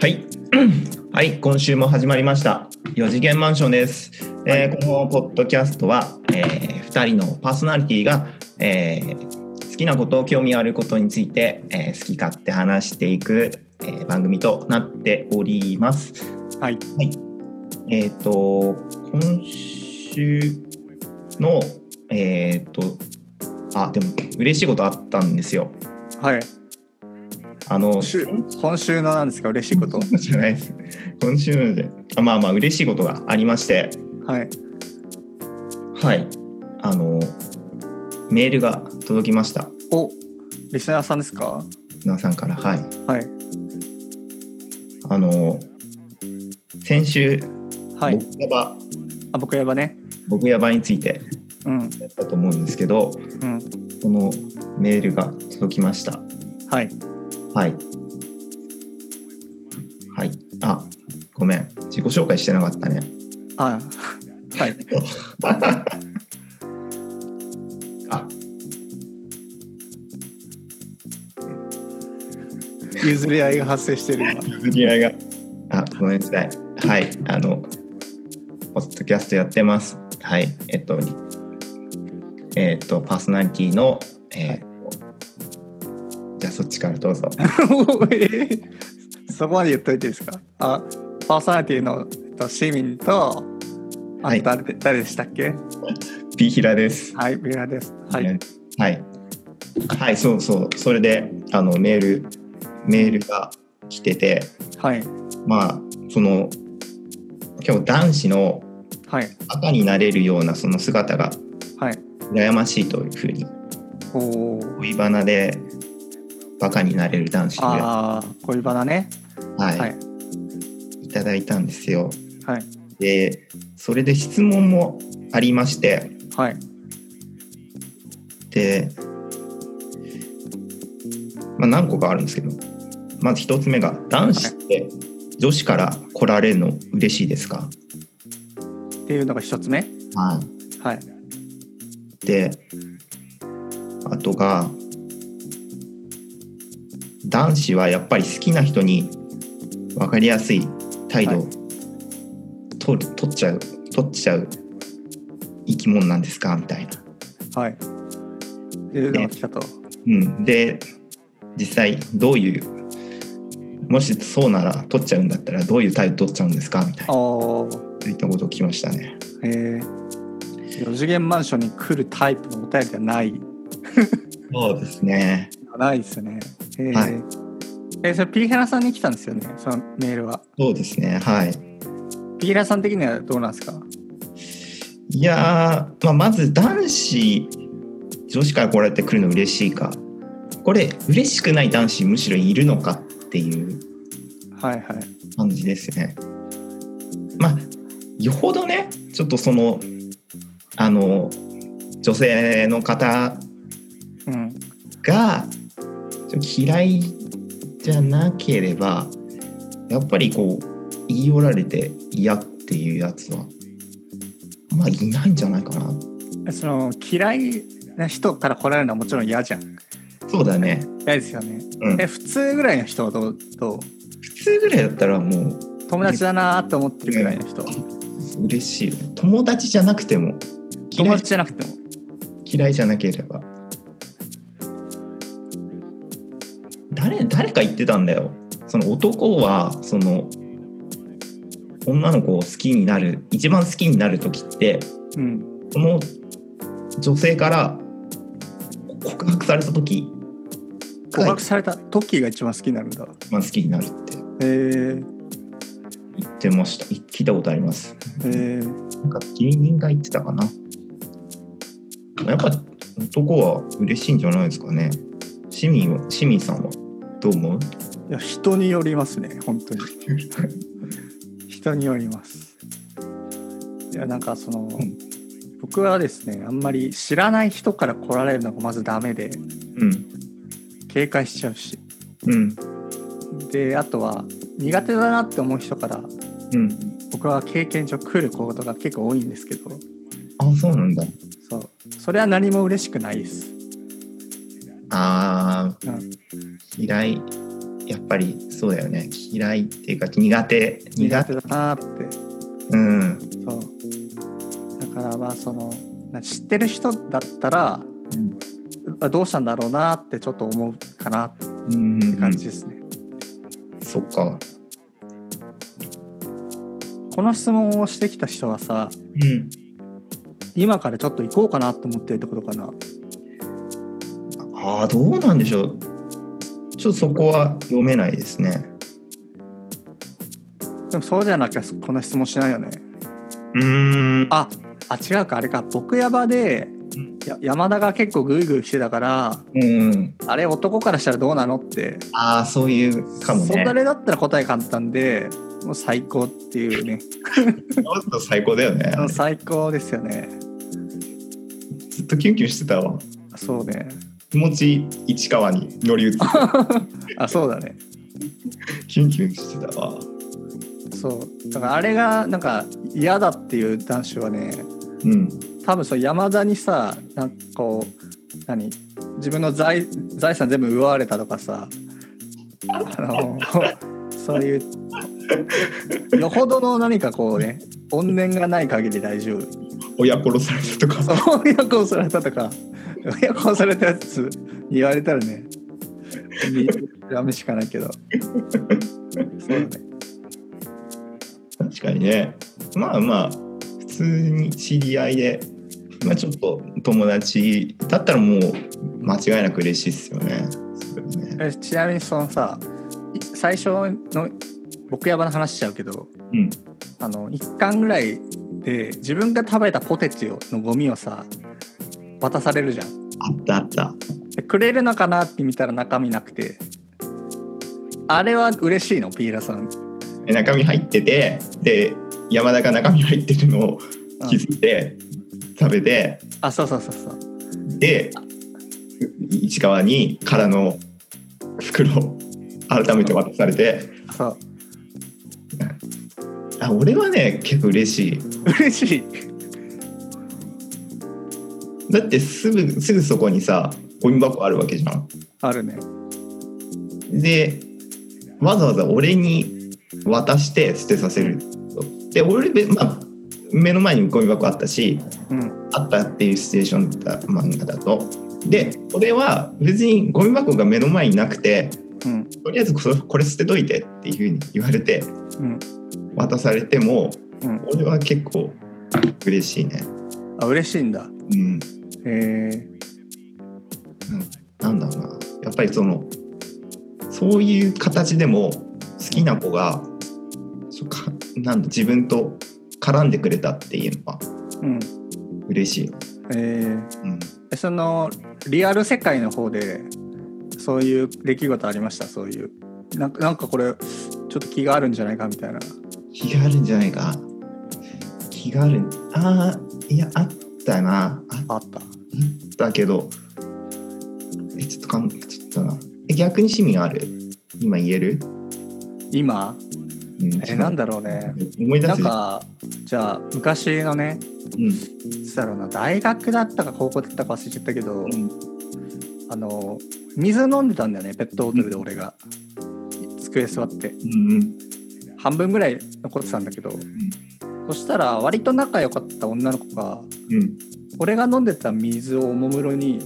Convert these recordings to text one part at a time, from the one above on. はい。 はい、今週も始まりました。4次元マンションです。はい、えー、このポッドキャストは、えー、2人のパーソナリティが、えー、好きなこと、興味あることについて、えー、好き勝手話していく、えー、番組となっております。はい。はい、えっ、ー、と、今週の、えっ、ー、と、あ、でも嬉しいことあったんですよ。はい。あの今週のなんですか嬉しいことじゃないです。今週のであまあまあ嬉しいことがありまして、はいはいあのメールが届きました。おリスナーさんですか？リスナーさんからはいはいあの先週はい僕やばあ僕やばね僕やばについてうんやったと思うんですけど、うん、このメールが届きました。はい。はい。はい。あ、ごめん。自己紹介してなかった ね。あ、はい。あ。 譲り合いが発生してる。 譲り合いが。あ、ごめんなさい。はい。あの。ポッドキャストやってます。はい。えっと。えっと、パーソナリティの。えーじゃあそっちからどうぞ。そこまで言っといていいですかあパーソナリティの、えっと、市民と、はい、誰誰でしたっけピーヒラです。はい、ピーヒラです。はい。はい、はい、そうそう。それで、あの、メール、メールが来てて、はい。まあ、その、今日男子の赤になれるようなその姿が、はい。羨ましいというふうに、お恋バナでバカになれる男子であ恋バナね、はい、はい、いただいたんですよ、はい、でそれで質問もありまして、はい、で、まあ、何個かあるんですけどまず1つ目が男子って女子から来られるの嬉しいですか、っていうのが1つ目、はいはい、であとが男子はやっぱり好きな人に分かりやすい態度を取る、取っちゃう取っちゃう生き物なんですかみたいな。はい。でで来たと。うん、で実際どういうもしそうなら取っちゃうんだったらどういう態度取っちゃうんですかみたいなそういったことを聞きましたね。えー、4次元マンションに来るタイプのお便りではない。そうですね。ないですね。えー、はい。えー、それピーヘラさんに来たんですよね、そのメールは。そうですね、はい。ピーヘラさん的にはどうなんですかいやまあ、まず男子、女子から来られてくるの嬉しいか。これ、嬉しくない男子、むしろいるのかっていう感じですね。はいはい、まあ、よほどね、ちょっとその、あの、女性の方が、うん、嫌いじゃなければやっぱりこう言い寄られて嫌っていうやつはまあいないんじゃないかなその嫌いな人から来られるのはもちろん嫌じゃんそうだね嫌ですよね、うん、え普通ぐらいの人はどうどう普通ぐらいだったらもう友達だなと思ってるぐらいの人、うん、嬉しいよね友達じゃなくても友達じゃなくても嫌いじゃなければ誰誰か言ってたんだよその男はその女の子を好きになる一番好きになる時って、うん、その女性から告白された時告白された時が一番好きになるんだ一番好きになるってへえ言ってました聞いたことありますへえなんか芸人が言ってたかなやっぱ男は嬉しいんじゃないですかね市民は市民さんはどう思ういや人によりますね本当に人によりますいやなんかその、うん、僕はですねあんまり知らない人から来られるのがまずダメで、うん、警戒しちゃうし、うん、であとは苦手だなって思う人から、うん、僕は経験上来ることが結構多いんですけどあそうなんだそうそれは何も嬉しくないですああ、うん、嫌いやっぱりそうだよね嫌いっていうか苦手苦手だなーってうんそうだからまあそのな知ってる人だったらうんあどうしたんだろうなってちょっと思うかなってうんうん感じですね、そっかこの質問をしてきた人はさうん今からちょっと行こうかなと思ってるってことかなああどうなんでしょうちょっとそこは読めないですねでもそうじゃなきゃこんな質問しないよねうーんああ違うかあれか僕ヤバでうんや山田が結構グイグイしてたからうんあれ男からしたらどうなのってああそういうかもそんねなれだったら答え簡単でもう最高っていうねちょっと最高だよね最高ですよねずっとキュンキュンしてたわそうね気持ち市川に乗り移って あそうだねキュンキュンしてたわそうだからあれがなんか嫌だっていう男子はねうん多分そう山田にさなんかこう何自分の財財産全部奪われたとかさあのそういうよほどの何かこうね怨念がない限り大丈夫親殺されたとかさそう親殺されたとか親殺されたやつに言われたらね見恨むしかないけどそうだね確かにねまあまあ普通に知り合いで、まあ、ちょっと友達だったらもう間違いなく嬉しいですよねそれはねえちなみにそのさい最初の僕やばの話しちゃうけどうんあの1巻ぐらいで自分が食べたポテチをのゴミをさ渡されるじゃんあったあったでくれるのかなって見たら中身なくてあれは嬉しいのピーラさん、で中身入っててで山田が中身入ってるのを気づいて食べてあそうそうそうそうで市川に空の袋を改めて渡されてそうあ俺はね結構嬉しい嬉しいだってすぐすぐそこにさゴミ箱あるわけじゃんあるねでわざわざ俺に渡して捨てさせるで俺べ、まあ、目の前にゴミ箱あったしうんあったっていうシチュエーションだった漫画だとで俺は別にゴミ箱が目の前になくてうんとりあえずこれこれ捨てといてっていうふうに言われてうん渡されてもうん俺は結構嬉しいねあ嬉しいんだうんへえなんだろうなやっぱりそのそういう形でも好きな子がそうかなんだ自分と絡んでくれたっていうのはうん嬉しい、えーうん、えそのリアル世界の方でそういう出来事ありましたそういうなんかなんかこれちょっと気があるんじゃないかみたいな気があるんじゃないか気があるあーいやあったなあっあったたけどえちょっとかんちょっとなえ逆に趣味がある今言える、 今うんえなんだろ うね思い出なすんかじゃあ昔のねうんいつだろうな大学だったか高校だったか忘れちゃったけど、うんあの水飲んでたんだよねペットボトルで俺が、机座ってうん半分ぐらい残ってたんだけど、そしたら割と仲良かった女の子がうん俺が飲んでた水をおもむろに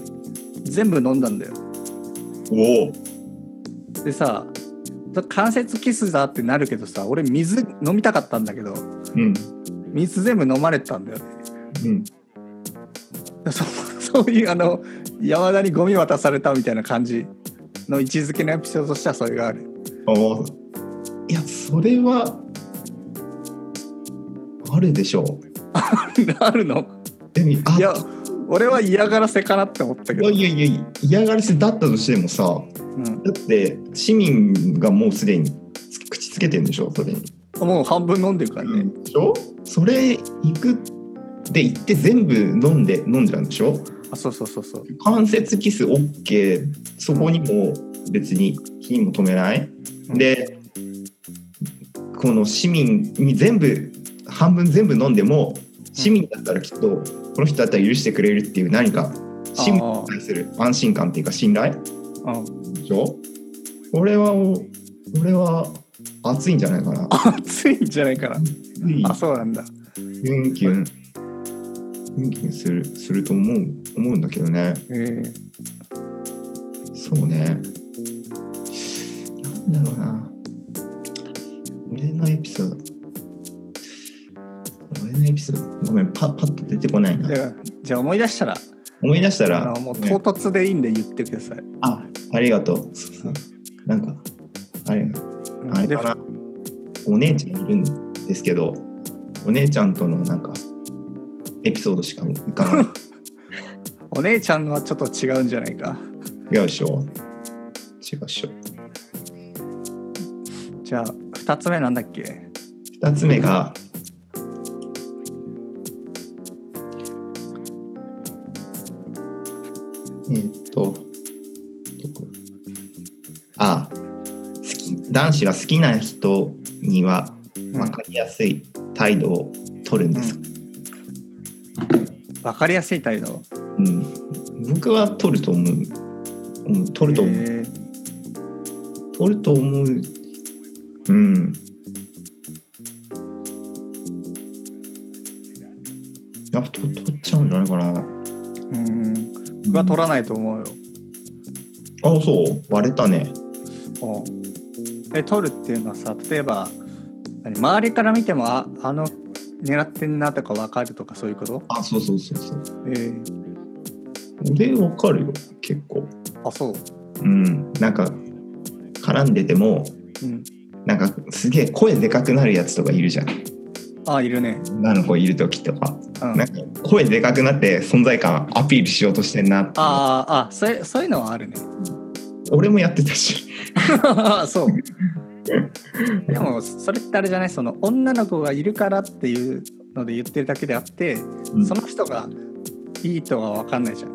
全部飲んだんだよおおでさ関節キスだってなるけどさ俺水飲みたかったんだけどうん水全部飲まれてたんだよねうん そそういうあの山田にゴミ渡されたみたいな感じの位置づけのエピソードとしてはそれがある ああいやそれはあるでしょう。あるのでもあいや俺は嫌がらせかなって思ったけいど、やいやいや嫌がらせだったとしてもさうん、だって市民がもうすでに口つけてるんでしょそれに。もう半分飲んでるからね、でしょそれ行くで行って全部飲んで飲んじゃうんでしょあそうそうそうそう関節キス OK そこにも別に火も止めない。うんでこの市民に全部半分全部飲んでも市民だったらきっとこの人だったら許してくれるっていう何か市民に対する安心感っていうか信頼うんでしょ俺はお、俺は暑いんじゃないかな。暑いんじゃないかな。暑いあ、そうなんだ。キュンキュン、キュンキュンするすると思う思うんだけどね。えーそうね。なんだろうな。俺のエピソード。俺のエピソード。ごめん、パパッと出てこないなじ。ゃあじゃあ思い出したら思い出したら、あのもうね唐突でいいんで言ってください。あ、ありがとう。そうそうなんか、あれ、あれでかな。お姉ちゃんいるんですけど、お姉ちゃんとのなんか、エピソードしか浮かばない。お姉ちゃんのはちょっと違うんじゃないか。 違うでしょ違うでしょじゃあ2つ目なんだっけ二つ目が、えーっと、どこあ、好き、男子が好きな人には分かりやすい態度を取るんです。分かりやすい態度。うん、僕は取ると思う。うん、取ると思う。えー取ると思う。うん。やっぱと取っちゃうんじゃないかな。うん僕は取らないと思うよ。あ、そう、割れたね。え取るっていうのはさ例えば何周りから見てもああの狙ってんなとか分かるとかそういうことあ、そうそうそうそう。えー俺わかるよ、結構。あそう。うん、なんか絡んでても、うん、なんかすげえ声でかくなるやつとかいるじゃん。あいるね。女の子いる時とか、うん、なんか声でかくなって存在感アピールしようとしてんなって。あーあそれそういうのはあるね。 俺もやってたし。 そう。でもそれってあれじゃないその女の子がいるからっていうので言ってるだけであって、うんその人がいいとは分かんないじゃん。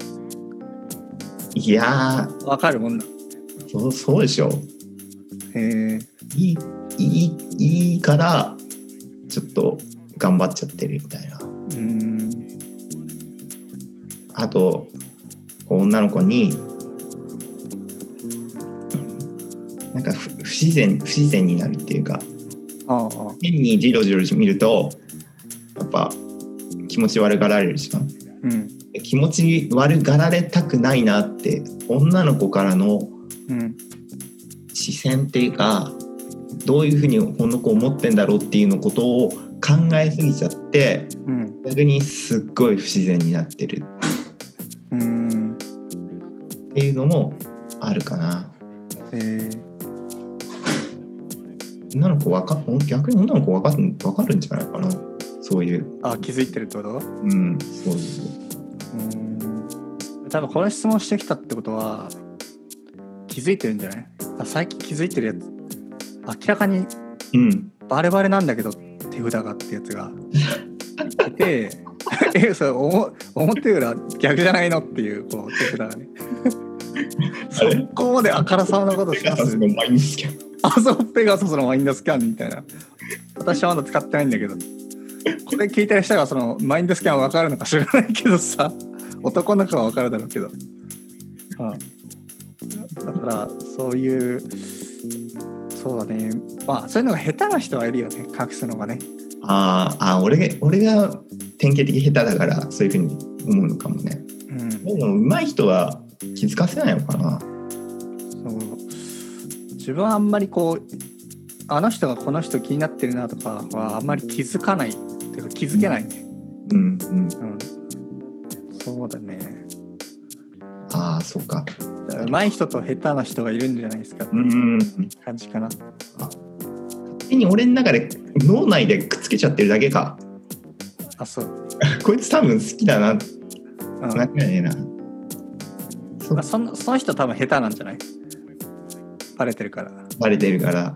いや分かるもんな。ー、そうそうでしょ。へえ。いいいいいいからちょっと頑張っちゃってるみたいなうん。あとこう女の子になんか不不自然不自然になるっていうかああ。変にジロジロ見るとやっぱ気持ち悪がられるじゃんうん。で気持ち悪がられたくないなって女の子からのうん。視線っていうかどういうふうにこの子を思ってんだろうっていうのことを考えすぎちゃってうん。逆にすっごい不自然になってるうん。っていうのもあるかなへえ。女の子わか逆に女の子わかるわかるんじゃないかなそういうあ気づいてるってことうんそうそううん。多分この質問してきたってことは気づいてるんじゃないあ最近気づいてるやつ明らかにうんバレバレなんだけど手札がってやつがいて「えそれ思思ってるより逆じゃないの?」っていうこう手札がねあれここまであからさまなことしペまガサスすのマインスキャンあそうペガサスのマインドスキャンみたいな私はまだ使ってないんだけどこれ聞いてる人がそのマインドスキャン分かるのか知らないけどさ男の子は分かるだろうけど、あだからそういうそうだねまあそういうのが下手な人はいるよね隠すのがねあーあー俺が俺が典型的下手だからそういうふうに思うのかもねうんでも上手い人は気づかせないのかなそう自分はあんまりこうあの人がこの人気になってるなとかはあんまり気づかないっていうか気づけないね、うんうんうんそうだねああそうかだから上手い人と下手な人がいるんじゃないですかってうんうんうん感じかな、勝手に俺の中で脳内でくっつけちゃってるだけかあそう、こいつ多分好きだなうん間違いねえなまあ、そのその人多分下手なんじゃないバレてるからバレてるから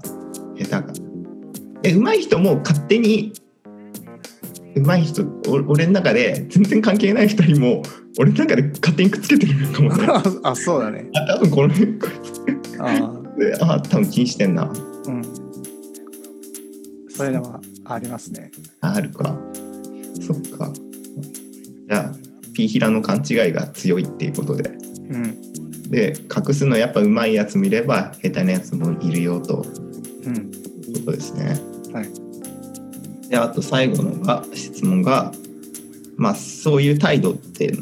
下手かえ上手い人も勝手に上手い人お俺の中で全然関係ない人にも俺の中で勝手にくっつけてくるかもね あそうだねあ多分この辺こあーれあ多分気にしてんなうんそういうのはありますねああるかそっかじゃあ P 平の勘違いが強いっていうことでうんで隠すのやっぱうまいやつもいれば下手なやつもいるよとうん。いうことですね。はい。であと最後のが質問が、まあ、そういう態度って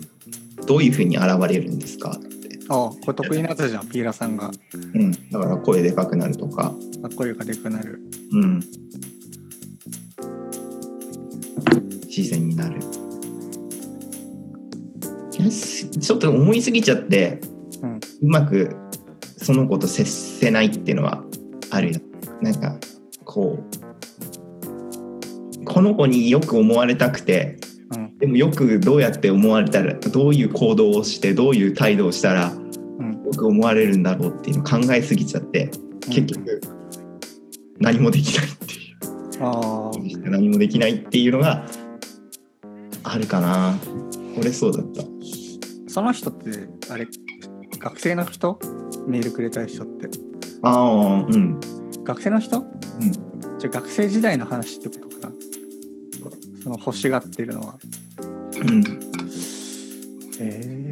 どういうふうに現れるんですかって、ああ、これ得意なやつじゃん、ピーラさんが。かうん、だから声でかくなるとか、っこよくでくなる。うん、自然になる。いやしちょっと思いすぎちゃって、うんうまくその子と接せないっていうのはあるよなんかこうこの子によく思われたくてうん。でもよくどうやって思われたらどういう行動をしてどういう態度をしたらうん。よく思われるんだろうっていうのを考えすぎちゃって結局何もできないっていううん。ああ。何もできないっていうのがあるかな俺そうだったその人って、あれ、学生の人メールくれた人って。ああうん学生の人うんじゃあ学生時代の話ってことかな。その欲しがってるのは。うんえ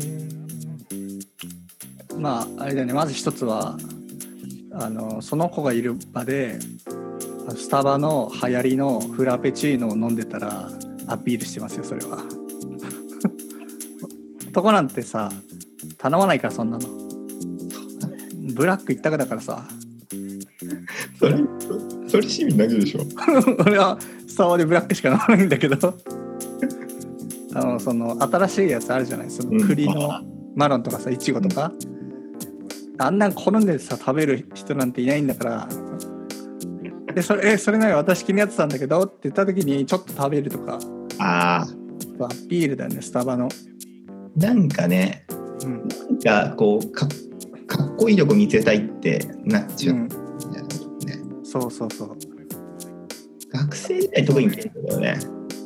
えまああれだよねまず一つはあのその子がいる場であのスタバの流行りのフラペチーノを飲んでたらアピールしてますよそれは 男なんてさ頼まないからそんなのブラック一択だからさそれそれ市民だけでしょ俺はスタバでブラックしか飲まないんだけどあのその新しいやつあるじゃないその栗の、マロンとかさイチゴとか、あんなん好んでさ食べる人なんていないんだからでそれえそれなら私気になってたんだけどって言った時にちょっと食べるとかああアピールだよねスタバの、なんかねうんなんかこうかかっこいいとこ見せたいってなっちゃううんん、だよね、そうそうそう学生時代特に結構だよね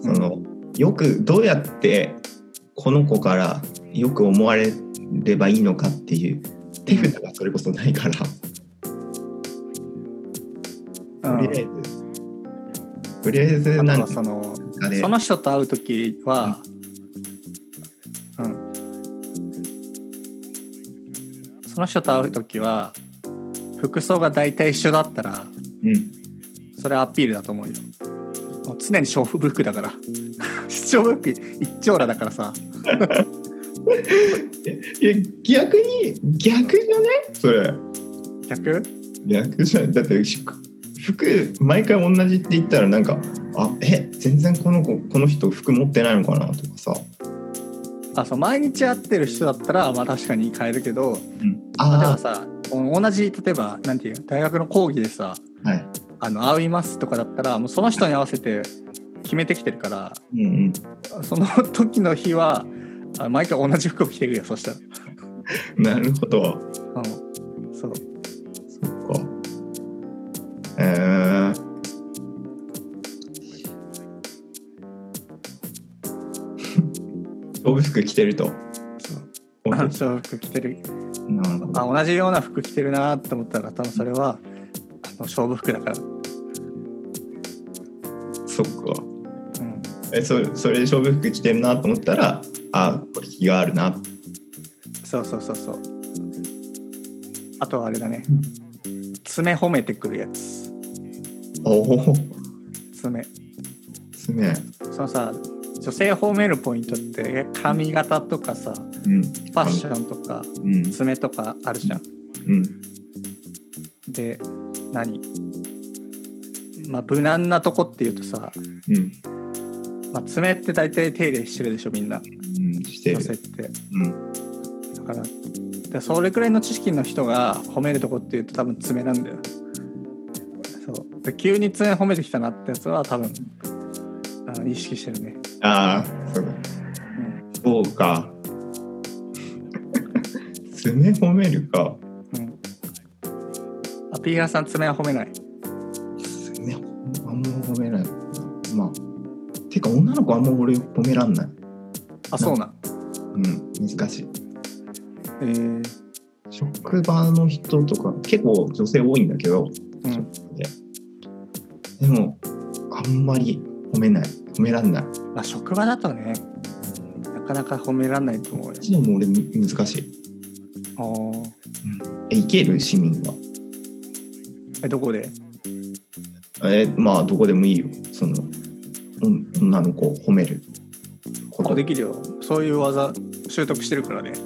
そのよくどうやってこの子からよく思われればいいのかっていう手札がそれこそないから、うんとりあえずとりあえずあなとんはそのかでその人と会う時は、うん、その人と会う時は服装が大体一緒だったらうんそれはアピールだと思うよもう常に勝負服だから勝負服一丁羅だからさいや逆に逆じゃねそれ逆逆じゃんだってし服毎回同じって言ったらなんかあえ全然この子この人服持ってないのかなとかさ、あそう毎日会ってる人だったらまあ確かに変えるけどうん、例えばあさ同じ例えばなんていう大学の講義でさあはい「あの会います」とかだったらもうその人に合わせて決めてきてるからうんうんその時の日はあ毎回同じ服を着てくよそしたら、なるほど。うん、そそっうか。えー。 勝負服着てると。あそう服着てるなるほど。あ同じような服着てるなと思ったら多分それはあの勝負服だから、そっか。うん、え、そそれで勝負服着てるなと思ったら、あ、これ気があるな。そうそうそうそうあとはあれだね爪褒めてくるやつおお。爪すげえ。そのさ女性褒めるポイントって髪型とかさフうん。ァッションとかうん。爪とかあるじゃんうん。で何まあ無難なとこっていうとさ、うん。まあ、爪って大体手入れしてるでしょみんなうん。して女る性。ってうん。だからでそれくらいの知識の人が褒めるとこっていうと多分爪なんだよそうで急に爪褒めてきたなってやつは多分あの意識してるね、ああ、そうだ。そうか。 爪褒めるか。うんうん、あピーラーさん爪は褒めないね、あんま褒めない。まあ。てか、女の子あんま俺褒めらんない。あそうなんうん、難しい。えー職場の人とか、結構女性多いんだけど、うん、でも、あんまり褒めない。褒めらんない。まあ職場だとねなかなか褒めらんないと思うよ一度も俺難しい。あーえ行ける市民はえどこでえまあどこでもいいよそのうん女の子を褒めるこことうできるよそういう技習得してるからねど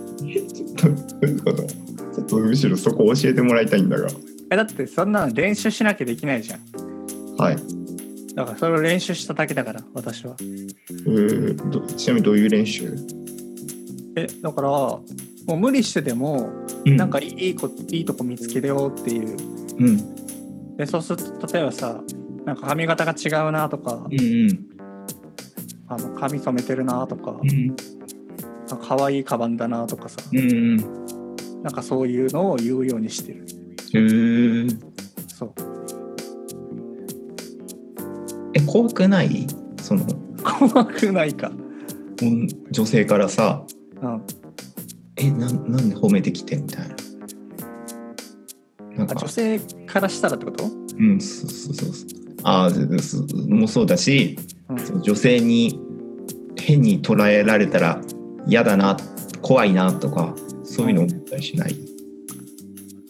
ういうことちょっとむしろそこ教えてもらいたいんだがえだってそんなの練習しなきゃできないじゃんはい、だからそれを練習しただけだから私はえー、どちなみにどういう練習、えだからもう無理してでもうんなんかいいいいこいいとこ見つけるよっていううんでそうすると例えばさなんか髪型が違うなとかうんうんあの髪染めてるなとかうんなんか可愛いカバンだなとかさうんうんなんかそういうのを言うようにしてるへーそう え怖くないその怖くないかうん女性からさうん「えなんなんで褒めてきて」みたいな。なんあか女性からしたらってことうん、そうそうそうそう。ああ、そうそうもうそうだし、うんその女性に変に捉えられたら嫌だな、怖いなとか、そういうの思ったりしない。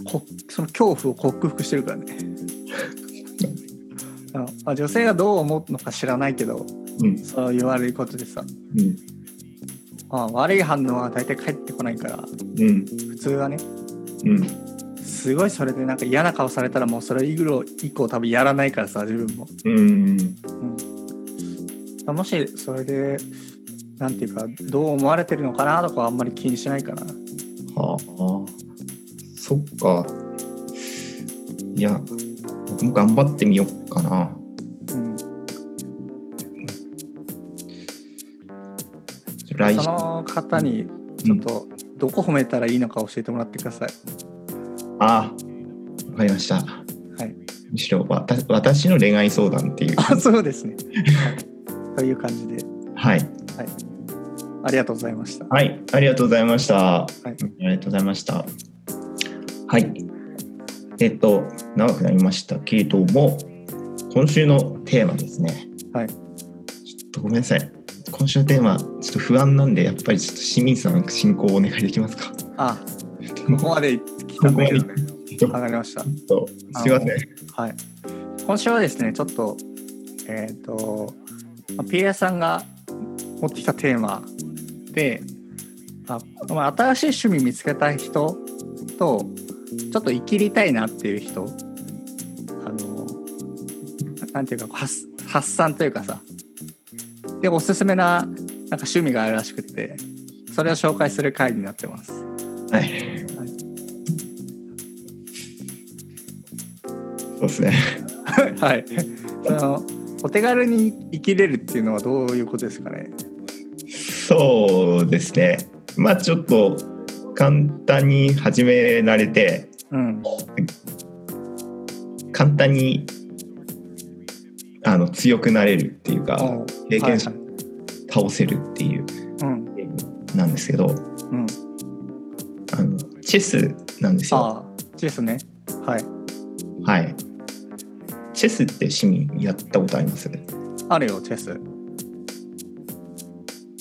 こその恐怖を克服してるからね あのあ女性がどう思うのか知らないけどうん、そういう悪いことでさうん、あ悪い反応は大体返ってこないからうん、普通はねうん。すごいそれでなんか嫌な顔されたらもうそれ以降以降多分やらないからさ自分も、うん、うん、もしそれでなんていうかどう思われてるのかなとかはあんまり気にしないかなはあ、そっか。いや、僕も頑張ってみようかな。うん来週その方にちょっとどこ褒めたらいいのか教えてもらってください、ああ、わかりました。はいむしろわた私の恋愛相談 っていう。あそうですねという感じではい。ありがとうございましたはい、ありがとうございました。いありがとうございました。はい。えっと、長くなりましたけれども、今週のテーマですね。はいちょっとごめんなさい。今週のテーマ、ちょっと不安なんで、やっぱりちょっと市民さん進行お願いできますか。あここまで来たんだけどねこまわかりましたちょっとすいません。はい今週はですねちょっとえっ、とまあ PA さんが持ってきたテーマであ、まあ、新しい趣味見つけた人とちょっと生きりたいなっていう人あのなんていうか発発散というかさでおすすめななんか趣味があるらしくてそれを紹介する回になってます。はい。そうですね。 はい。そのお手軽に生きれるっていうのはどういうことですかね。そうですね。まあちょっと簡単に始められて、うん。簡単にあの強くなれるっていうか、経験者はいはい倒せるっていううんゲームなんですけど、うん。あのチェスなんですよ。ああ、ですね。はい。はい。チェスって市民やったことありますあるよチェス。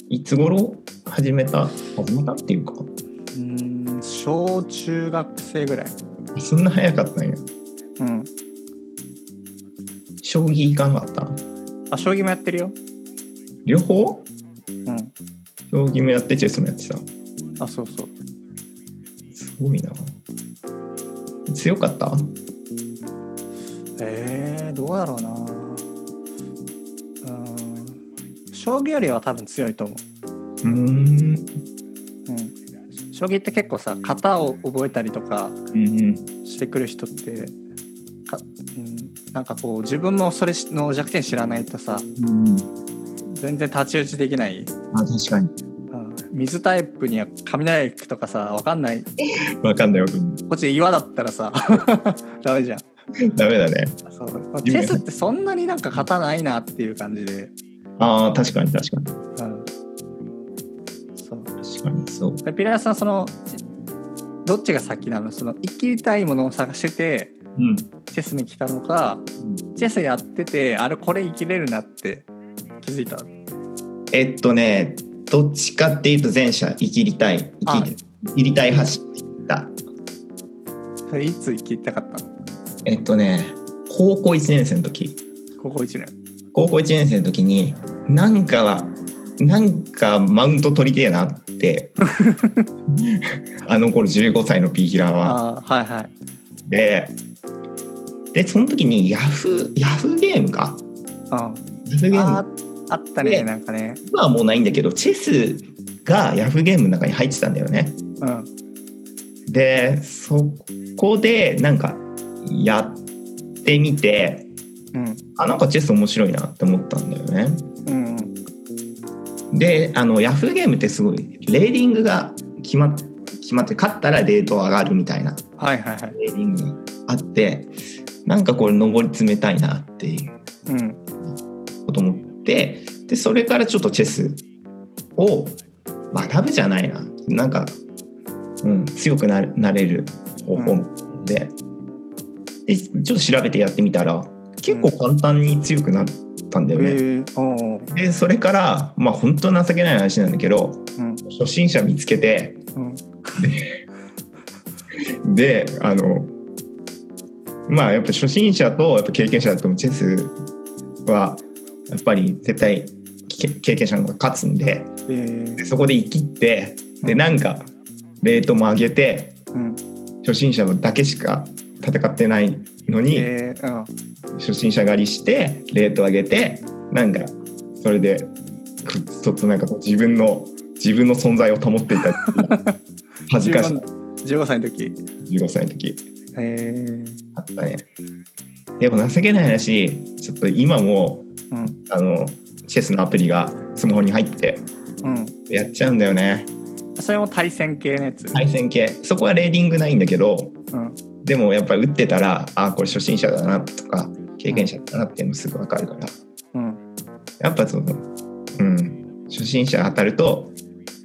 いつ頃始めた始めたっていうか、うん。小中学生ぐらい。そんな早かったんや。うん。将棋いかなかったあ将棋もやってるよ。両方うん。将棋もやってチェスもやってた。あそうそう。すごいな。強かったえー、どうだろうな。うん。将棋よりは多分強いと思う。うん。うん。将棋って結構さ型を覚えたりとか。うんしてくる人ってか、うん、なんかこう自分もそれの弱点知らないとさうん。全然太刀打ちできない、あ、確かに。うん、水タイプには雷行くとかさわかんないこわかんないわかんなっち岩だったらさ ダメじゃんい。ダメだね。そうチェスってそんなになんか勝たないなっていう感じで、ああ、確かに確かに。うん、そう確かにそう。でピラヤさんそのどっちが先なのその生きたいものを探しててうん。チェスに来たのかチェスやっててあれこれ生きれるなって気づいたえっとね、どっちかっていうと前者、生きりたい。生きあ生きりたい走ったそれいつ聞きたかったのえっとね高校1年生の時高校1年。高校1年生の時になんかなんかマウント取りてえなって あの頃15歳のピーヒラーはああ、はいはい。ででその時にヤフーヤフーゲームかうヤフーん、ゲームああったね、でなんかね。今はもうないんだけどチェスがヤフーゲームの中に入ってたんだよねうん。でそこでなんかやってみてうん。あなんかチェス面白いなって思ったんだよねうん。であのヤフーゲームってすごいレーディングが決まっ決まって勝ったらレート上がるみたいなはいはいはい。レーディングがあってなんかこれ上り詰めたいなっていううん。こと思ってでそれからちょっとチェスを学ぶじゃないななんか、うん、強くなるなれる方法で,、でちょっと調べてやってみたら結構簡単に強くなったんだえよね。ー、おうおう。でそれからまあ本当情けない話なんだけどうん。初心者見つけてうん。であのまあやっぱ初心者とやっぱ経験者だとチェスはやっぱり絶対け経験者の方が勝つんでえーで、そこで生きってでなんかレートも上げてうん。初心者だけしか戦ってないのに、えー、うん。初心者狩りしてレート上げてなんかそれでくちょっとなんかこう自分の自分の存在を保っていた 恥ずかしい15歳の時。 15歳の時えー、あったねでも情けない話ちょっと今もうん。あのチェスのアプリがスマホに入ってうん。やっちゃうんだよねそれも対戦系のやつ。対戦系そこはレーディングないんだけどうん。でもやっぱり打ってたらあこれ初心者だなとか経験者だなっていうのすぐ分かるからうん。やっぱその、うん、初心者当たると、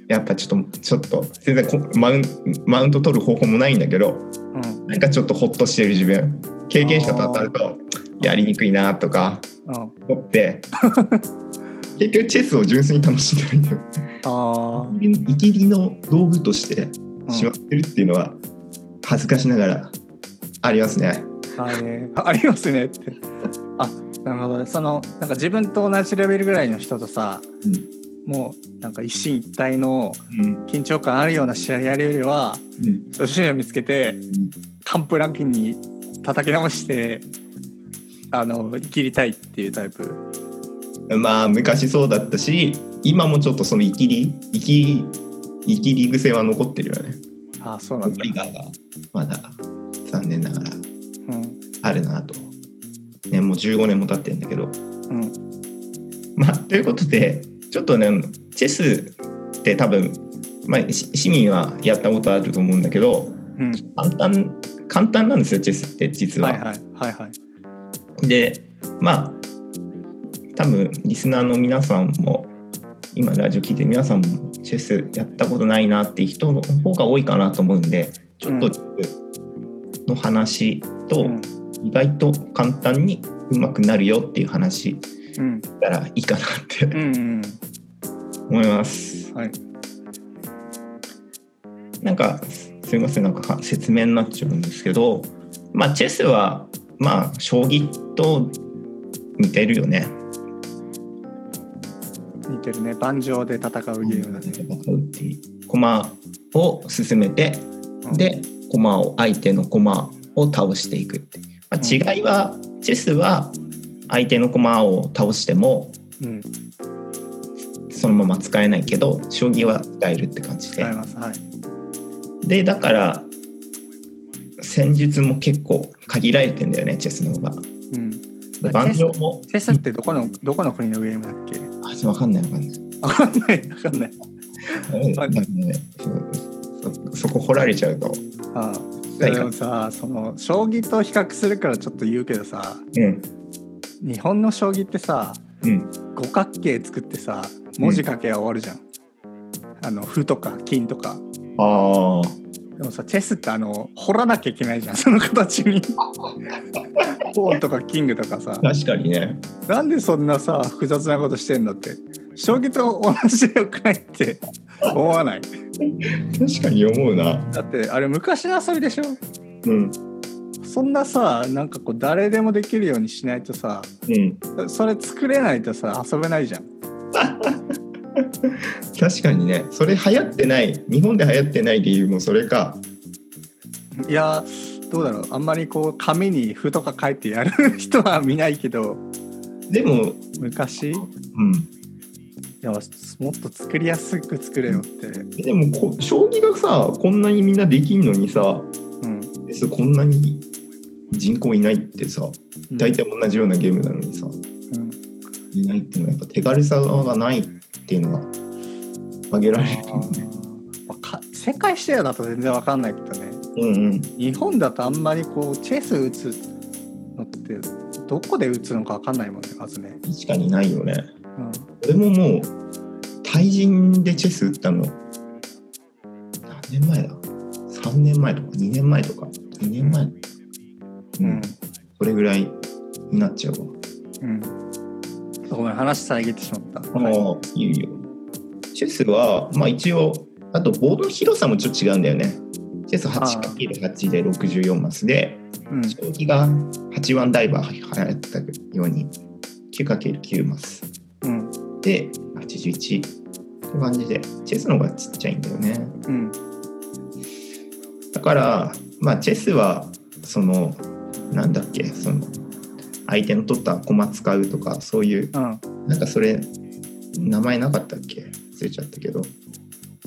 やっぱちょっと、ちょっと、全然こマウンマウント取る方法もないんだけど、うん。なんかちょっとほっとしてる自分、経験者と当たると、やりにくいなとかうん。思って、結局チェスを純粋に楽しんでるんだよ。ああ。生きりの道具としてしまってるっていうのは、恥ずかしながらありますね。あれあありますね ってあなるほどねそのなんか自分と同じレベルぐらいの人とさ、もうなんか一進一退のうん。緊張感あるような試合やるよりはうん。初心者見つけてカンプランキングに叩き直してあの生きりたいっていうタイプまあ昔そうだったし今もちょっとその生きり生き生きり癖は残ってるよねあそうなんだトリ、ガーがまだ残念ながらうんあるなと、ね、もう15年も経ってるんだけどうん、まあということでちょっとねチェスって多分、まあ、し市民はやったことあると思うんだけどうん、簡単簡単なんですよチェスって実は。はいはいはいはいでまあ多分リスナーの皆さんも今ラジオ聞いてる皆さんもチェスやったことないなっていう人の方が多いかなと思うんでちょっとチェスの話とうん意外と簡単に上手くなるよっていう話うんしたらいいかなって、うんうん思います。はいなんかすいませんなんかは説明になっちゃうんですけど、まあ、チェスはまあ将棋と似てるよね。似てるね盤上で戦うゲームだね、戦うっていう駒を進めてうん、で駒を相手の駒を倒していくっていう、まあ、違いはチェスは相手の駒を倒してもうんそのまま使えないけど将棋は使えるって感じ使でいますはいでだから戦術も結構限られてんだよねチェスの方が。うんで盤上もチェスってどこのどこの国のゲームだっけあ分かんない分かんないわかんないわかんない。ダメだねそそこ掘られちゃうと。ああでもさその将棋と比較するからちょっと言うけどさうん日本の将棋ってさうん五角形作ってさ文字書けば終わるじゃん。あの歩とか金とか。ああでもさチェスってあの掘らなきゃいけないじゃん その形に。王とかキングとかさ確かにね。なんでそんなさ複雑なことしてんのって将棋と同じでよくないって思わない確かに思うな。だってあれ昔の遊びでしょうんそんなさなんかこう誰でもできるようにしないとさうんそれ作れないとさ遊べないじゃん確かにねそれ流行ってない日本で流行ってない理由もそれかいやどうだろうあんまりこう紙に譜とか書いてやる人は見ないけどでも昔いうんやもっと作りやすく作れよって、でもこ将棋がさこんなにみんなできんのにさうん、ですこんなに人口いないってさ大体同じようなゲームなのにさうん、いないっていうのはやっぱ手軽さがないっていうのが挙げられるあよね。ーまあか世界シェアだと全然わかんないけどねうんうん日本だとあんまりこうチェス打つのってどこで打つのかわかんないもんねまずね、確かにないよね。うん、俺ももう対人でチェス打ったの何年前だ ?3 年前とか2年前とか2年前うん、それぐらいになっちゃうわ。うん、ごめん話遮ってしまった、ああはいいいよ。チェスは、まあ一応、あとボードの広さもちょっと違うんだよね。チェス 8×8 で64マスで、うん、将棋が8番ダイバー流行ったように 9×9 マスうんで81って感じで、チェスの方がちっちゃいんだよね。うんだから、まあチェスは、その、なんだっけ、その、相手の取った駒使うとか、そういううんなんかそれ名前なかったっけ忘れちゃったけど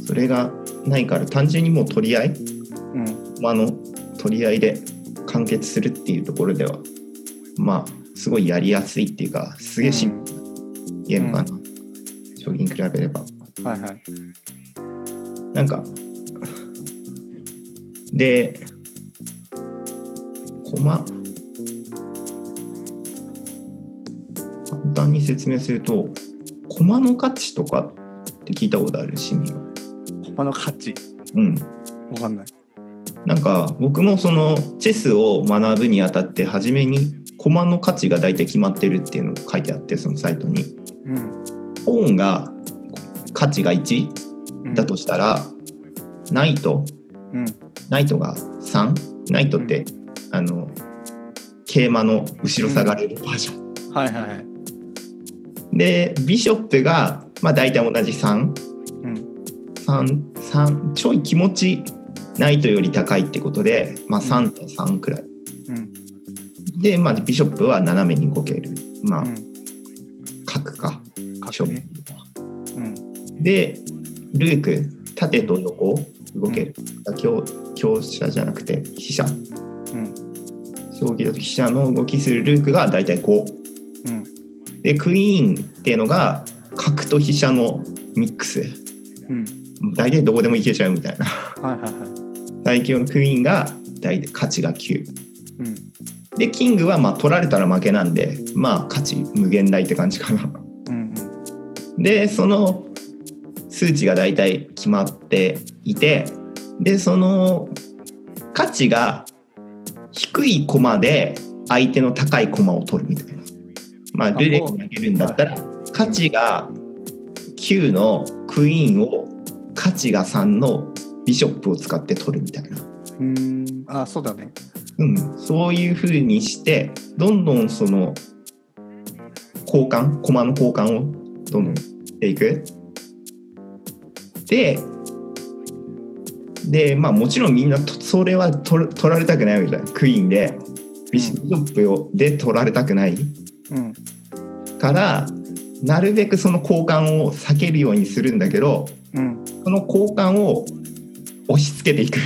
それがないから単純にもう取り合いうんまああの取り合いで完結するっていうところではまあすごいやりやすいっていうかすげえシンプルなゲームかな、将棋に比べればうんはいはいなんかで駒簡単に説明すると駒の価値とかって聞いたことある市民は駒の価値うんわかんないなんか僕もそのチェスを学ぶにあたって初めに駒の価値が大体決まってるっていうのが書いてあってそのサイトにうんポーンが価値が1うんだとしたらナイトうんナイトが3ナイトって、あの桂馬の後ろ下がれるバージョン、はいはいはいでビショップが、まあ、大体同じ33うんちょい気持ちナイトより高いってことで、まあ、3対3くらいうんで、まあ、ビショップは斜めに動けるまあうん角か価値正面ねうんでルーク縦と横動ける、強強者じゃなくて飛車うん将棋だと飛車の動きするルークが大体5うんでクイーンっていうのが角と飛車のミックスうん大体どこでもいけちゃうみたいなはいはいはい最強のクイーンが大体価値が9うんでキングはまあ取られたら負けなんでまあ価値無限大って感じかなうんでその数値が大体決まっていてでその価値が低い駒で相手の高い駒を取るみたいなまあルーレットにあげるんだったら価値が9のクイーンを価値が3のビショップを使って取るみたいな、うんうんあそうだねうん、そういう風にしてどんどんその交換駒の交換をどんどんしていく。ででまあもちろんみんなとそれは取る取られたくないわけじゃないクイーンでビショップをで取られたくない。うんからなるべくその交換を避けるようにするんだけどうんその交換を押し付けていく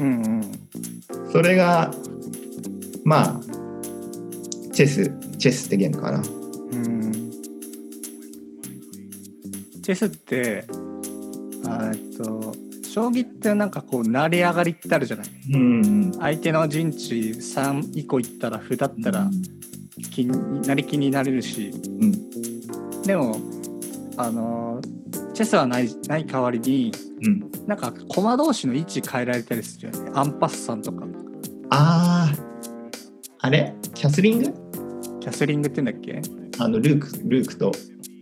うんうんそれがまあチェスチェスってゲームかなうんチェスってあえっと将棋ってなんかこう成り上がりってあるじゃないうん相手の陣地3以降いったら歩だったら気になり気になれるしうんでもあのチェスはないない代わりにうんなんか駒同士の位置変えられたりするよねアンパスさんとかあーあれキャスリングキャスリングって言うんだっけあのルークルークと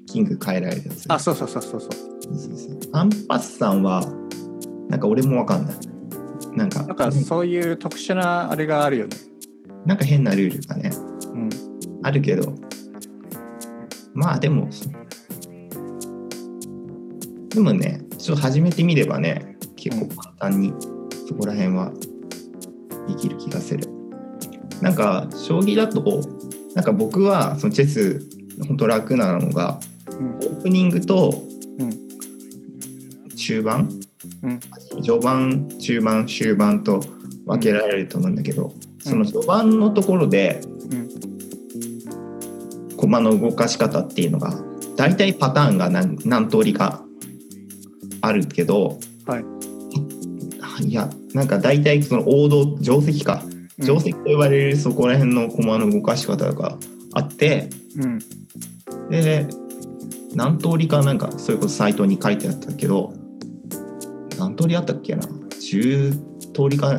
キング変えられるやつあそうそうそうそうそうそうそうアンパスさんはなんか俺もわかんないなんかなんかそういう特殊なあれがあるよね。なんか変なルールがねうん。あるけどまあでもでもねちょっと始めてみればね結構簡単にそこら辺はできる気がするなんか将棋だとなんか僕はそのチェス本当楽なのがうんオープニングとうん中盤、うん序盤中盤終盤と分けられると思うんだけど、その序盤のところでうん駒の動かし方っていうのが大体パターンが何何通りかあるけど、はいい、やなんか大体その王道定石かうん定石と呼ばれるそこら辺の駒の動かし方があってうんで何通りかなんかそれこそサイトに書いてあったけど何通りあったっけな10通りか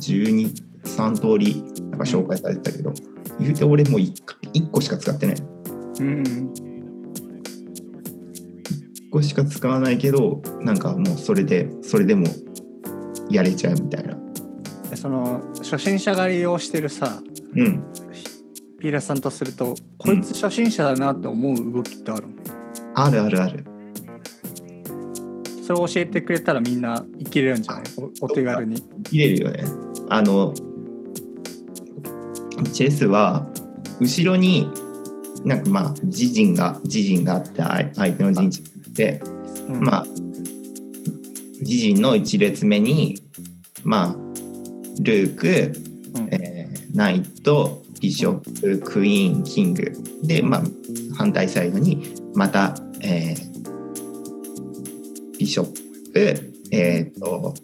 123通りなんか紹介されてたけど、言うて俺もう 1, 個しか使ってない1うん個しか使わないけどなんかもうそれでそれでもやれちゃうみたいなでその初心者狩りをしてるさうんピーラさんとするとこいつ初心者だなって思う動きってあるの、あるあるあるそれを教えてくれたらみんな生きれるんじゃないおお手軽に切れるよねあのチェスは後ろになんかまあ自陣が自陣があって相相手の陣地があってうんまあ自陣の1列目にまあルーク、うんえーナイトビショップクイーンキングでまあ反対サイドにまた、えービショップえー、と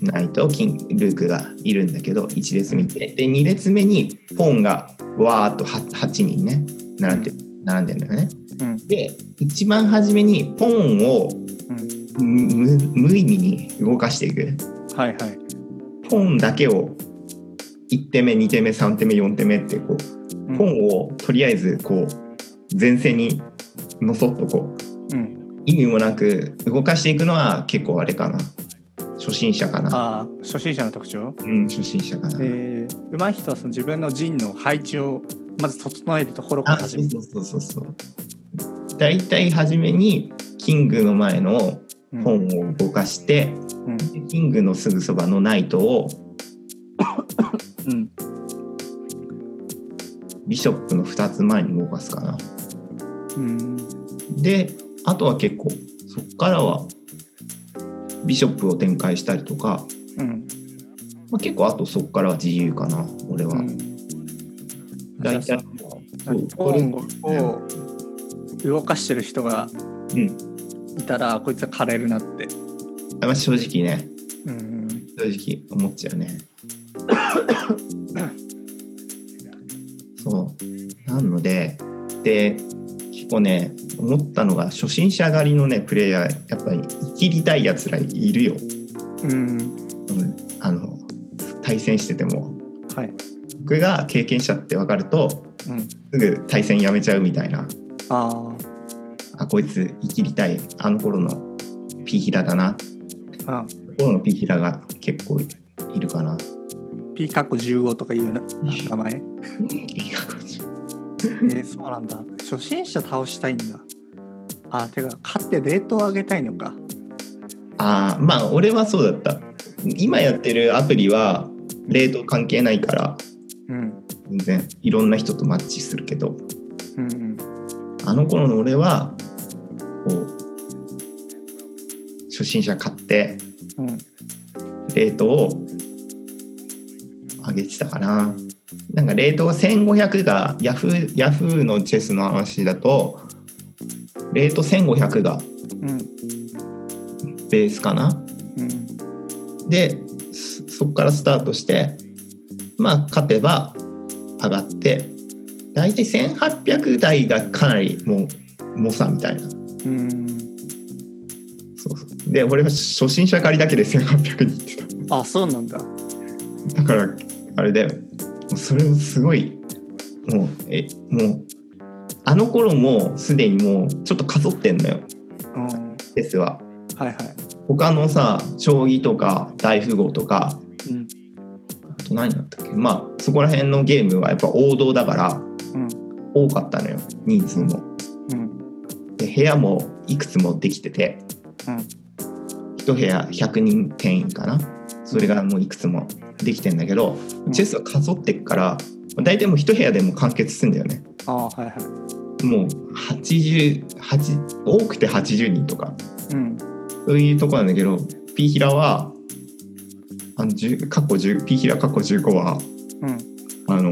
ナイトキングルークがいるんだけど1列目でで2列目にポンがわーっと 8, 人ね並んで並んでるんだよね。うんで一番初めにポンをむ無意味に動かしていくはいはいポンだけを1手目2手目3手目4手目ってこうポンをとりあえずこう前線にのそっとこううん意味もなく動かしていくのは結構あれかな初心者かな、ああ初心者の特徴うん、初心者かな、えー、上手い人はその自分の陣の配置をまず整えるところからあ始そめうるそうそうそうそう大体初めにキングの前のうんポンを動かして、うんキングのすぐそばのナイトをうんビショップの2つ前に動かすかなうんであとは結構そこからはビショップを展開したりとか、うんまあ、結構あとそこからは自由かな俺は、うん大体そうポンを動かしてる人がうんいたらこいつは枯れるなって、まあ、正直ねうん、正直思っちゃう ねそうなのでで結構ね思ったのが初心者狩りのねプレイヤーやっぱり生きりたいやつらいるよ、うん、うん、あの対戦しててもはい、僕が経験者って分かるとうん、すぐ対戦やめちゃうみたいなあーあこいつ生きりたいあの頃のピーヒラだなああの頃のピーヒラが結構いるかな P カッコ15とかいうな名前えー、そうなんだ初心者倒したいんだあーてか勝ってレートを上げたいのかああまあ俺はそうだった今やってるアプリはレート関係ないからうん全然いろんな人とマッチするけどうんうんあの頃の俺はこう初心者買ってうんレートを上げてたかな。なんかレートが1500がヤフー、ヤフーのチェスの話だと、レート1500がうんベースかな。うんで、そそこからスタートして、まあ、勝てば上がって、大体1800台がかなりもう、猛者みたいな。うんそうそうで、俺は初心者狩りだけで1800に行ってた。あそうなんだだからあれだよそれもすごいもうえもうあの頃もすでにもうちょっとかそってんのようんですははいはい他のさ将棋とか大富豪とかうんあと何だったっけまあそこら辺のゲームはやっぱ王道だからうん多かったのよ人数も。うんで部屋もいくつもできてて、一部屋100人定員かなそれがもういくつもできてんだけど、うんチェスは数ってくから大体もう一部屋でもう完結するんだよねああはいはもう80 8多くて80人とかいうんそういうとこなんだけど P 平はあの10かっこ10 P 平かっこ15はうんあの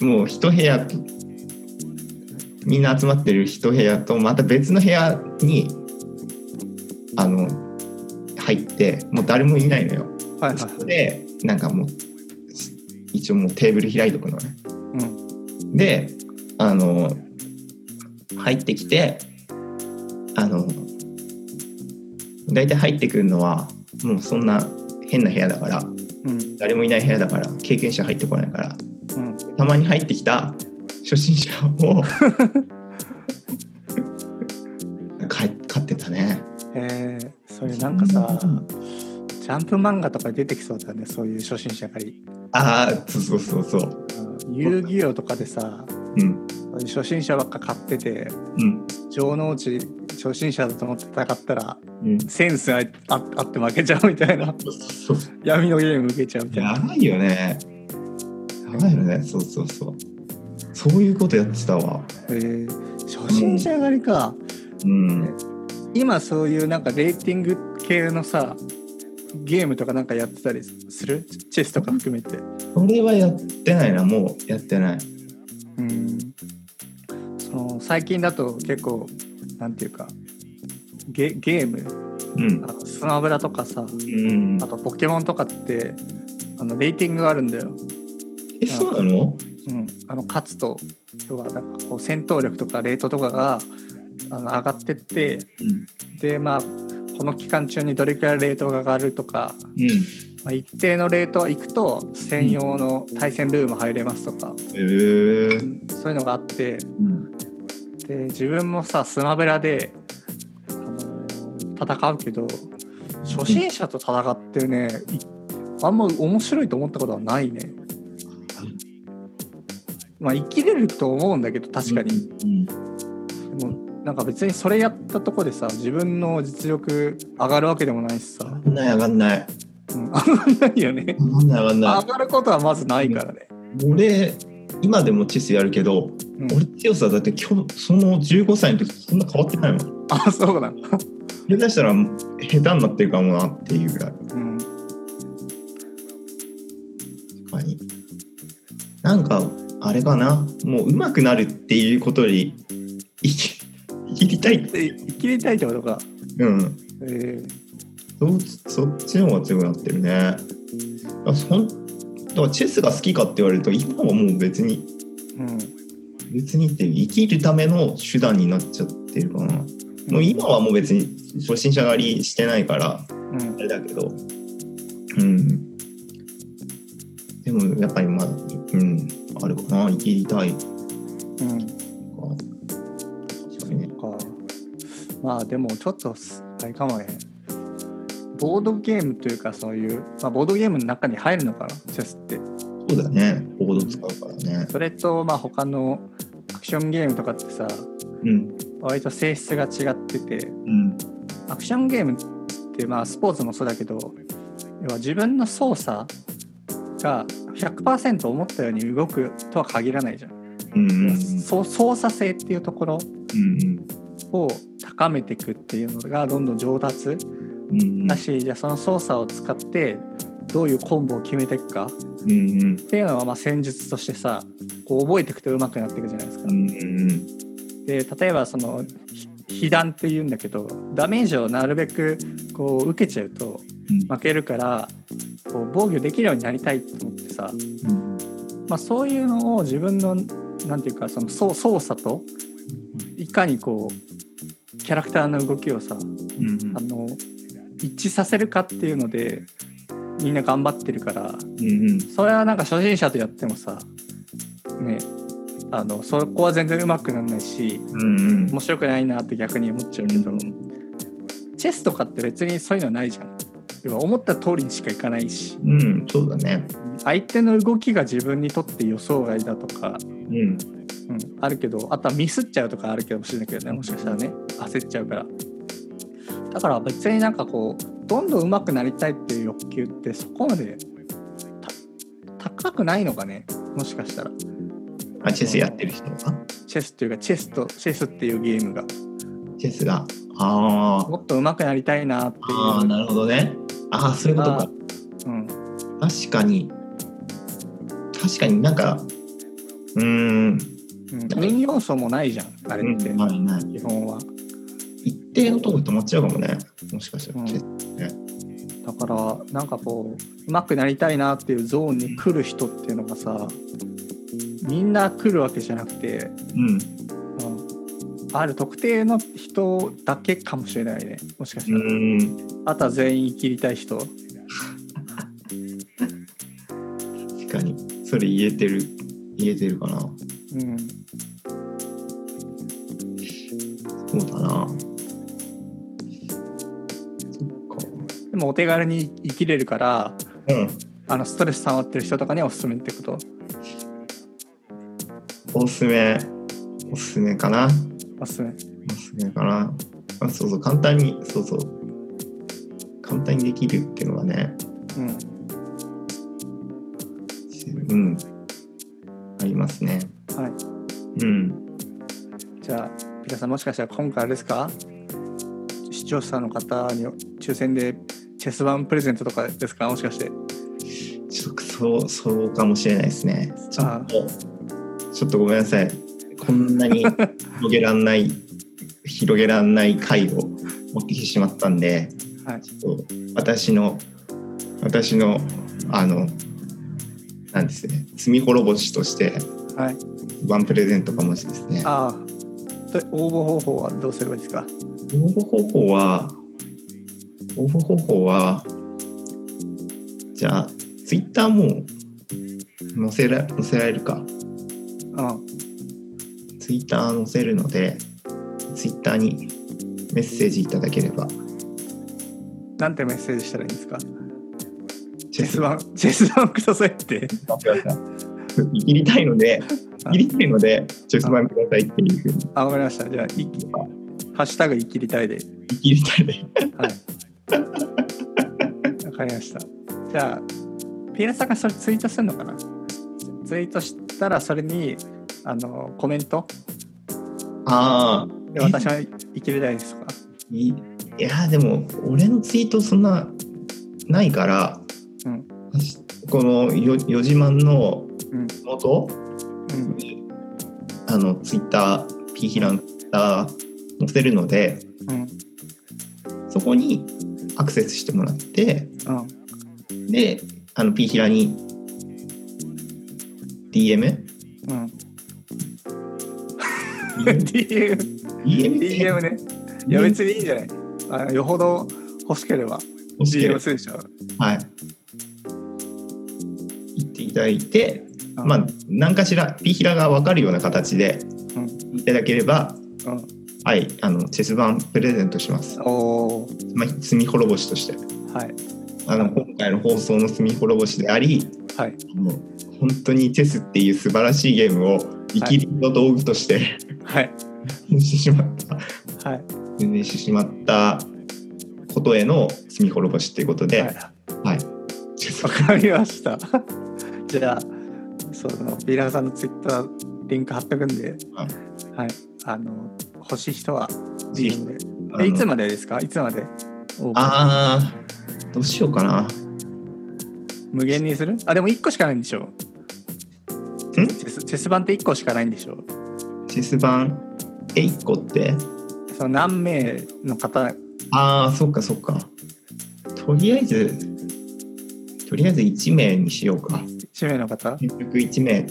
もう一部屋みんな集まってる一部屋とまた別の部屋にあの入ってもう誰もいないのよ。はいはいそはこでなんかもう一応もうテーブル開いとくのね。いうんであの入ってきてあの大体入ってくるのはもうそんな変な部屋だからうん誰もいない部屋だから経験者入ってこないからうんたまに入ってきた初心者を か飼ってたね。えー、それなんかさ、ジャンプ漫画とか出てきそうだねそういう初心者がいいああそうそうそうそう。遊戯王とかでさうん初心者ばっか買っててうん城之内初心者だと思って戦ったらうん。センスあああって負けちゃうみたいなそうそうそう。闇のゲーム受けちゃうみたいやなばいよね。やばいよね。そうそうそう。そういうことやってたわ。えー、初心者狩りかうん。今そういうなんかレーティング系のさゲームとかなんかやってたりするチェスとか含めてそれはやってないな。もうやってない。うんその最近だと結構なんていうかゲゲームうんあ。のスマブラとかさうんあ、とポケモンとかってあのレーティングがあるんだよ、えそうなのうん、あの勝つと要はなんかこう戦闘力とかレートとかがあの上がってってうん。でまあこの期間中にどれくらいレートが上がるとか、うん。まあ、一定のレートいくと専用の対戦ルーム入れますとか、えー。そういうのがあってうん。で自分もさスマブラで、あの戦うけど初心者と戦ってね、いあんま面白いと思ったことはないね。まあ生きれると思うんだけど確かに、うん。でもなんか別にそれやったとこでさ自分の実力上がるわけでもないしさ、上がんない上がんない。うん、上がんないよね上がんない上がんな上がることはまずないからね、い。俺、今でもチェスやるけど、うん俺強さだって今日、その15歳の時そんな変わってないもん。あそうなんだ、下手したら下手になってるかもなっていうぐらい。うん、確かになんかあれかなもう上手くなるっていうことよりいきいきりたいってで生きりたいってことか、うんえーそそっちの方が強くなってるねあそんだからチェスが好きかって言われると今はもう別にうん、別にっていう生きるための手段になっちゃってるかなもう今はもう別に初心者狩りしてないからうんあれだけどうんでもやっぱりまあうんあるかな生きりたいうん確かにね。かまあでもちょっとすあれかもねボードゲームというかそういう、まあ、ボードゲームの中に入るのかなチェスってそうだね。ボード使うからね。それとまあ他のアクションゲームとかってさうん。割と性質が違っててうん。アクションゲームってまあスポーツもそうだけど要は自分の操作が100%思ったように動くとは限らないじゃん、うん。うん。そう操作性っていうところうん。を高めていくっていうのがどんどん上達うん。だし、じゃあその操作を使ってどういうコンボを決めていくかっうん。うん。ていうのはまあ戦術としてさこう覚えていくと上手くなっていくじゃないですかう。ん。で例えばそのひ被弾っていうんだけどダメージをなるべくこう受けちゃうと負けるからこう防御できるようになりたいと思ってさ、まあ、そういうのを自分のなんていうかその操操作といかにこうキャラクターの動きをさうんあ。の一致させるかっていうのでみんな頑張ってるからうん。それはなんか初心者とやってもさねあのそこは全然うまくならないしうん。面白くないなって逆に思っちゃうけど、チェスとかって別にそういうのないじゃん。要は思った通りにしかいかないし、うん、そうだね。相手の動きが自分にとって予想外だとか、うん。うん、あるけど、あとはミスっちゃうとかあるけどもしれないけどね、もしかしたらね、焦っちゃうから。だから別になんかこう、どんどん上手くなりたいっていう欲求ってそこまでた高くないのかね、もしかしたら。あ、チェスやってる人はチェスというか、チェスと、チェスっていうゲームが、チェスが。あーもっと上手くなりたいなっていう。あー、なるほどね。ああ、そういうことか。うん、確かに。確かになんか、うーん。うん、運要素もないじゃんあれって、ないない。基本は一定のとこで止まっちゃうかもね。もしかしたら。うんチェスだからなんかこううまくなりたいなっていうゾーンに来る人っていうのがさみんな来るわけじゃなくて、うん。うん、ある特定の人だけかもしれないねもしかしたうら、ーん。あとは全員生きりたい人確かに。それ言えてる。言えてるかな。うんそうだな。そっか。でもお手軽に生きれるからうん。あのストレス溜まってる人とかにはおすすめってことおすすめ。おすすめかな。おすすめおすすめかな。あそうそう、簡単に、そうそう。簡単にできるっていうのがね。うんうん。ありますね。はいうん。じゃあ、皆さんもしかしたら今回あれですか視聴者の方に抽選でチェス盤プレゼントとかですかもしかして。ちょっとそう、そうかもしれないですね。ちょあっと、ちょっとごめんなさい。こんなに広げらんない、 広げらんない回を持ってきてしまったんで、はい。ちょっと私の、私の、あの、なんですね、罪滅ぼしとして、はい、ワンプレゼントかもしれないですね。ああ。で応募方法はどうすればいいですか応募方法は応募方法はじゃあツイッターも載せら載せられるかうん。ツイッター載せるのでツイッターにメッセージいただければなんてメッセージしたらいいんですかチチェェススは盤、チェス盤くださいって。いきりたいのでいきりたいのでチェス版くださいっていうふうにあ、わかりました。じゃあ、いきハッシュタグいきりたいで。いきりたいで はい。わかりました。じゃあ、ピエラさんがそれツイートするのかなツイートしたら、それに、あの、コメントああで私は生きれないですとか。いいやでも俺のツイートそんなないから、うんこのよ四自慢のうん元、うんあのツイッター P ヒランター載せるのでうんそこにアクセスしてもらってうんであの P ヒラに DM?DM うん DM, DM ね。いや別にいいんじゃないあよほど欲しければ欲しけれ DM ばするでしょ。はい言っていただいてうんまあ、何かしら P ヒラが分かるような形でうんいただければ、うん、はい、あのチェス盤プレゼントします。おーまあ、罪滅ぼしとしてはいあの今回の放送の罪滅ぼしでありはいあの本当にチェスっていう素晴らしいゲームを生きりの道具として、はいしてしまったはい全然してしまったことへの罪滅ぼしっていうことで、ははいいチェスわかりました じゃあそのビーラーさんのツイッターリンク貼っとくんでははいあの欲しい人はしい DM 人であのえいつまでですかいつまで応募あーどうしようかな無限にするあでも1個しかないんでしょんチェスチェス盤って1個しかないんでしょチェス盤え1個ってその何名の方ああそっかそっかとりあえずとりあえず1名にしようか1名の方結局1名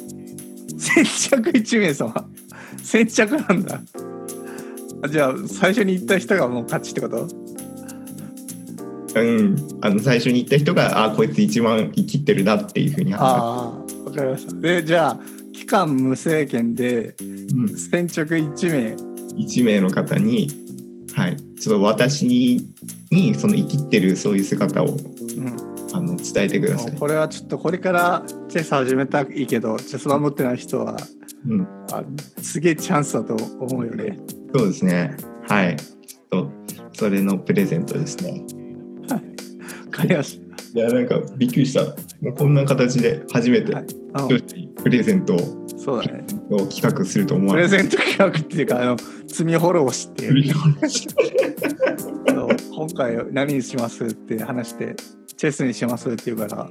先着1名様先着なんだあじゃあ最初に行った人がもう勝ちってことうん、あの最初に言った人が、あーこいつ一番生きってるなっていうふうに判ああわかりましたでじゃあ期間無制限で断、うん、先着1名1名の方に、はい、ちょっと私ににその生きってるそういう姿をうんあの伝えてください。これはちょっとこれからチェス始めたらいいけどチェス盤持ってない人はうん、あすげえチャンスだと思うよね。そうですね。はい。ちょっとそれのプレゼントですね。わかりましいやなんかびっくりした。もうこんな形で初めてはいた。あの女子にプレゼントをそうだね。企画すると思プわレれゼント企画っていうかあの罪滅ぼしっていうそう今回何にしますって話してチェスにしますって言うから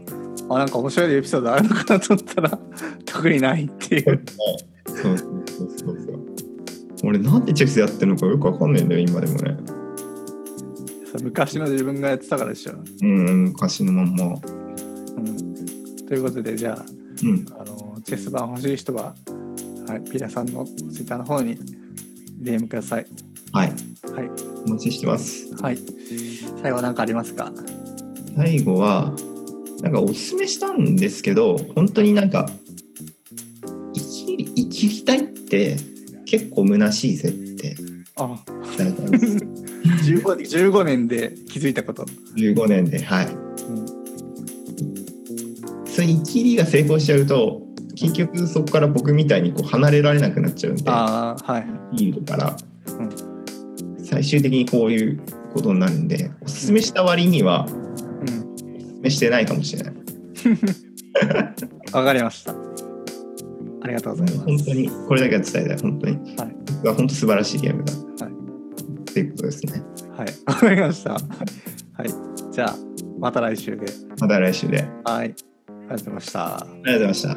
あなんか面白いエピソードあるのかなと思ったら特にないって いう。そうそうそうそう。俺なんでチェスやってるのかよくわかんないんだよ今でもね。そう昔の自分がやってたからでしょ。うんうん昔のまんま。うん、ということでじゃあうん。あのチェス盤欲しい人は、はい、ピラさんのツイッターの方に DM ください。はい。はい。お待ちしてます。はい。最後なんかありますか最後はなんかおすすめしたんですけど本当になんか生き生きたいって結構虚しいぜってあ伝えたんです 15, 15年で気づいたこと。 15年ではいそれ生きりが成功しちゃうと結局そこから僕みたいにこう離れられなくなっちゃうんでああ、はい。いいのから、う最終的にこういうことになるんでおすすめした割にはうん。おすすめしてないかもしれないわかりました。ありがとうございます。本当にこれだけは伝えたい本当に、はい僕は本当素晴らしいゲームだ、いっていうことですねはい。 わかりました。はい。じゃあ、また来週で。また来週でありはい。ありがとうございました。がとうございました